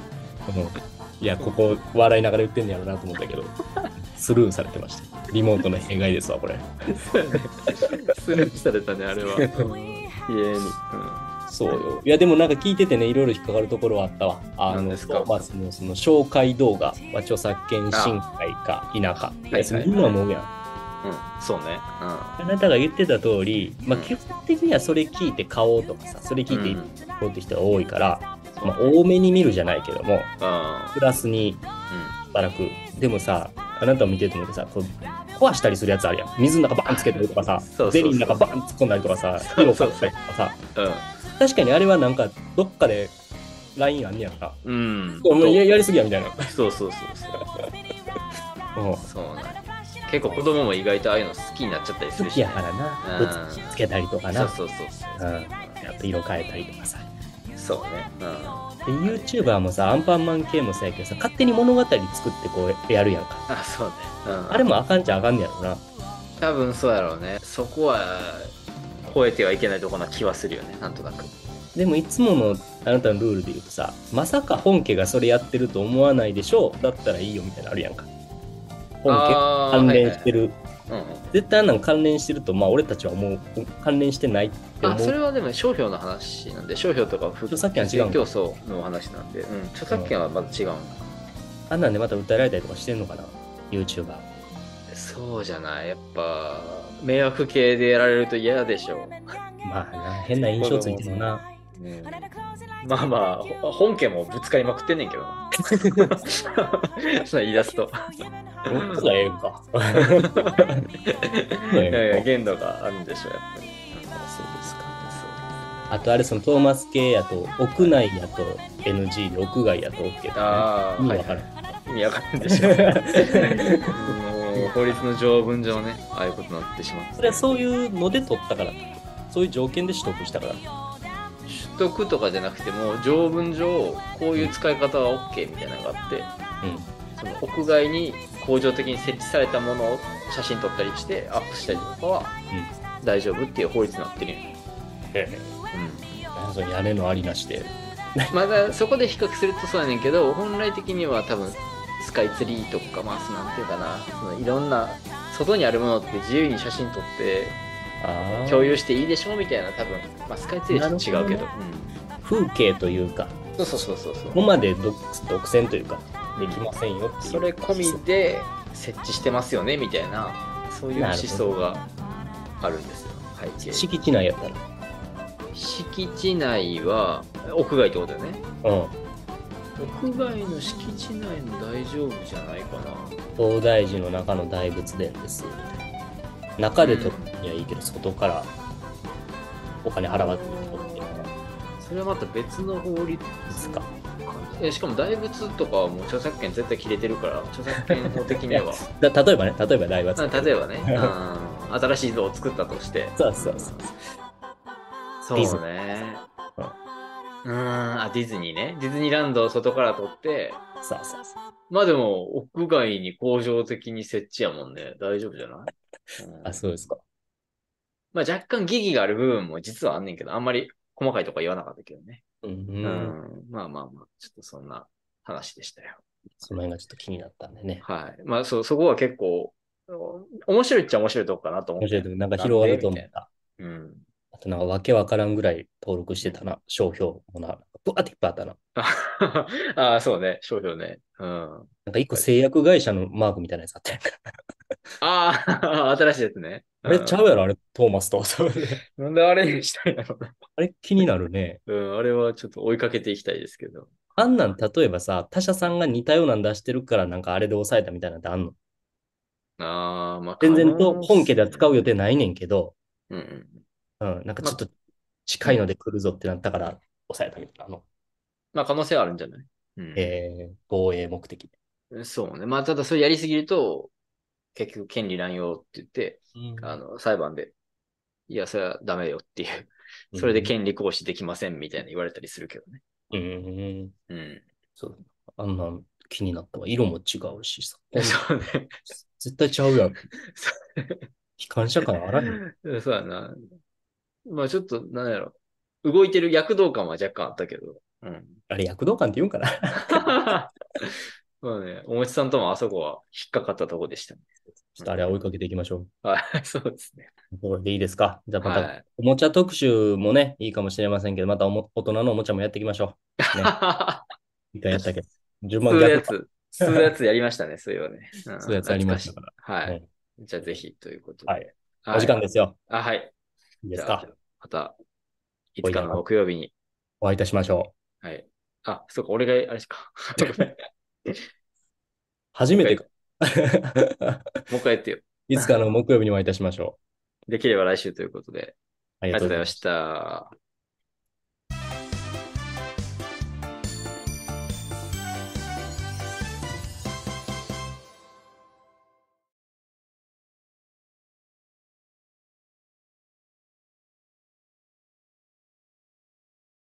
Speaker 5: うんいや、ここ笑いながら言ってんのやろうなと思ったけど、スルーされてました。リモートの弊害ですわ、これ。
Speaker 3: スルーされたね、あれ は。うん、家に。うん
Speaker 5: そうよ。いや、でもなんか聞いててね、いろいろ引っかかるところはあったわ。あ
Speaker 3: 何
Speaker 5: の、
Speaker 3: ですか
Speaker 5: まあ、その、その紹介動画は著作権侵害か否か。いや、それみんな思うやん。
Speaker 3: うん、そうね。
Speaker 5: あなたが言ってた通り、まあ、
Speaker 3: うん
Speaker 5: 基本的にはそれ聞いて買おうとかさ、それ聞い
Speaker 3: うん
Speaker 5: てこうって人が多いから、まあ、多めに見るじゃないけども、
Speaker 3: うん。あ
Speaker 5: プラスに
Speaker 3: あ、
Speaker 5: 働く。でもさ、あなたを見ててもさ、こう壊したりするやつあるやん。水の中バーンつけたりとかさ
Speaker 3: そうそうそう、
Speaker 5: ゼリーの中バーン突っ込んだりとかさ、
Speaker 3: そう
Speaker 5: 火
Speaker 3: そうそう
Speaker 5: をかったりとかさ、
Speaker 3: うん。
Speaker 5: 確かにあれはなんか、どっかでラインあんねやんか。
Speaker 3: うん。うん。
Speaker 5: お前ややりすぎやみたいな。
Speaker 3: そうそうそうそう。
Speaker 5: うん
Speaker 3: そうなんや結構子供も意外とああいうの好きになっちゃったりす
Speaker 5: 好
Speaker 3: る
Speaker 5: き
Speaker 3: し、
Speaker 5: やからな。
Speaker 3: うん
Speaker 5: ぶつつけたりとかな。
Speaker 3: そう
Speaker 5: う
Speaker 3: そうそうそ
Speaker 5: ん。あと色変えたりとかさ。
Speaker 3: う。そうね。うん。あ、
Speaker 5: で、YouTuber もさ、アンパンマン系もさやけどさ、勝手に物語作ってこうやるやんか。
Speaker 3: そうね。うん。
Speaker 5: あれもあかんちゃあかんねやろな。
Speaker 3: 多分そうやろうね。そこは、超えてはいけないとこな気はするよね、なんとなく。
Speaker 5: でもいつものあなたのルールで言うとさ、まさか本家がそれやってると思わないでしょうだったらいいよみたいなのあるやんか。本家
Speaker 3: あー
Speaker 5: 関連して。る。
Speaker 3: はいはいはいうんうん
Speaker 5: 絶対あんなん関連してると、まあ俺たちはもう関連してないって思
Speaker 3: あ
Speaker 5: う。
Speaker 3: それはでも商標の話なんで商標とか
Speaker 5: 著作権は違うんか
Speaker 3: 競争の話なんで、うん、著作権はまた違うんだ
Speaker 5: あんなんでまた訴えられたりとかしてんのかな ?YouTuber。
Speaker 3: そうじゃないやっぱ迷惑系でやられると嫌でしょ、
Speaker 5: まあな、変な印象ついてもな。
Speaker 3: うん、まあまあほ本家もぶつかりまくってんねんけどなそう言い出すと
Speaker 5: 僕がええんか。
Speaker 3: いやいや限度があるんでしょやっぱりそうですか
Speaker 5: あとあれそのトーマス系やと、屋内やと NG で、屋外やと OK とか
Speaker 3: ああ、
Speaker 5: ね。
Speaker 3: は
Speaker 5: 意味
Speaker 3: い
Speaker 5: わかる。
Speaker 3: 意味わかるんでしょもう法律の条文上ねああいうことになってしまって
Speaker 5: それはそういうので取ったから。そういう条件で取得したから。
Speaker 3: 取得とかじゃなくても条文上こういう使い方は OK みたいなのがあって
Speaker 5: うん。
Speaker 3: その屋外に工場的に設置されたものを写真撮ったりしてアップしたりとかは大丈夫っていう法律になってるよね、
Speaker 5: なんかその屋根のありなしで。
Speaker 3: うん、まだそこで比較するとそうやねんけど本来的には多分スカイツリーとかまあそのなんていうかなそのいろんな外にあるものって自由に写真撮って
Speaker 5: あー
Speaker 3: 共有していいでしょみたいな多分、まあ、スカイツリーは違うけど
Speaker 5: なるほどね風景というか、
Speaker 3: そうそうそうそうそう
Speaker 5: ここまで独独占というか、できませんよっていう。
Speaker 3: それ込みで設置してますよねみたいなそういう思想があるんですよ背景に
Speaker 5: 敷地内やったら。
Speaker 3: 敷地内は屋外ってことだよね
Speaker 5: うん。
Speaker 3: 屋外の敷地内も大丈夫じゃないかな
Speaker 5: 東大寺の中の大仏殿です。みたいな中で撮るにはいいけど、外からお金払わずに撮るっていうのは
Speaker 3: それはまた別の法律
Speaker 5: ですか。
Speaker 3: えしかも大仏とかはもう著作権絶対切れてるから著作権法的には
Speaker 5: だ例えばね、例えば大仏
Speaker 3: まあ
Speaker 5: 殿。
Speaker 3: 例えばね、うん、新しい像を作ったとして
Speaker 5: そうそうそうそう。
Speaker 3: そうね
Speaker 5: う
Speaker 3: うんあディズニーねディズニーランドを外から撮って
Speaker 5: そうそうそう。
Speaker 3: まあでも屋外に恒常的に設置やもんね大丈夫じゃない、うん
Speaker 5: あ、そうですか。
Speaker 3: まあ若干疑義がある部分も実はあんねんけどあんまり細かいとこは言わなかったけどね
Speaker 5: うん。
Speaker 3: うん
Speaker 5: うん、
Speaker 3: まあまあまあちょっとそんな話でしたよ
Speaker 5: その辺がちょっと気になったんでね。
Speaker 3: はい。まあ、そ、そこは結構、お面白いっちゃ面白いとこかなと思
Speaker 5: 面
Speaker 3: っ
Speaker 5: 白
Speaker 3: て。
Speaker 5: いとこなんか広がると思
Speaker 3: なんでみたい
Speaker 5: った。
Speaker 3: うん。
Speaker 5: あとなんかわけわからんぐらい登録してたな。商標もな。ぶわっていっぱいあったな。
Speaker 3: ああ、そうね。商標ね。うん。
Speaker 5: なんか一個製薬会社のマークみたいなやつあったやんか。
Speaker 3: ああ、 新しいやつね。
Speaker 5: あれちゃうやろ、あれ、トーマスと。
Speaker 3: うんなんであれにしたいんだろうな。
Speaker 5: あれ気になるね。
Speaker 3: うん、あれはちょっと追いかけていきたいですけど。
Speaker 5: あんなん、例えばさ、他社さんが似たようなん出してるから、なんかあれで抑えたみたいなんてあんの
Speaker 3: ああ、まあ、
Speaker 5: 全然と本家では使う
Speaker 3: よ。
Speaker 5: 予定ないねんけど、
Speaker 3: うんうん。
Speaker 5: うん、なんかちょっと近いので来るぞってなったから、抑えたみたいなの。
Speaker 3: まあ、可能性はあるんじゃないうん。
Speaker 5: えー、防衛目的で。
Speaker 3: そうね。まあ、ただそれやりすぎると、結局権利乱用って言って、あの、裁判で、いや、それはダメよっていう。
Speaker 5: うん
Speaker 3: それで権利行使できませんみたいな言われたりするけどね。
Speaker 5: うん
Speaker 3: う
Speaker 5: うん、
Speaker 3: ん。
Speaker 5: そう。あんなん気になったわ。色も違うし さ。
Speaker 3: そうね。
Speaker 5: 絶対ちゃうやん。機関車感あらへん。
Speaker 3: うん そうやな。まあちょっと、なんやろ。動いてる躍動感は若干あったけど。うん。
Speaker 5: あれ、躍動感って言うんかな
Speaker 3: そうね。おもちさんともあそこは引っかかったとこでしたね。
Speaker 5: ちょっとあれは追いかけていきましょ
Speaker 3: はい、 そうですね。
Speaker 5: う。これでいいですかじゃあまた、
Speaker 3: はい
Speaker 5: おもちゃ特集もね、いいかもしれませんけど、またおも大人のおもちゃもやっていきましょう。ね一回やったけど。順
Speaker 3: そうい
Speaker 5: 番
Speaker 3: うや
Speaker 5: 逆か。
Speaker 3: つ、そういうやつやりましたね、そういうね。ん
Speaker 5: そういうやつありましたから。
Speaker 3: 懐かしいは
Speaker 5: ね
Speaker 3: い。じゃあぜひということで。
Speaker 5: はい。お時間ですよ。
Speaker 3: あ、はい。
Speaker 5: いいです
Speaker 3: じ
Speaker 5: か
Speaker 3: ゃ。あまた、いつかの木曜日に。
Speaker 5: お会いいたしましょう。
Speaker 3: はい。あ、そうか、俺が、あれしか。 ごめん
Speaker 5: 初めてか。
Speaker 3: もう一回やってよ。
Speaker 5: いつかの木曜日にお会いいたしましょ
Speaker 3: できれば来週ということで。
Speaker 5: う。あ
Speaker 3: あり
Speaker 5: りが
Speaker 3: が
Speaker 5: と
Speaker 3: とうござ
Speaker 5: うござい
Speaker 3: い
Speaker 5: ま
Speaker 3: ま
Speaker 5: した
Speaker 3: した。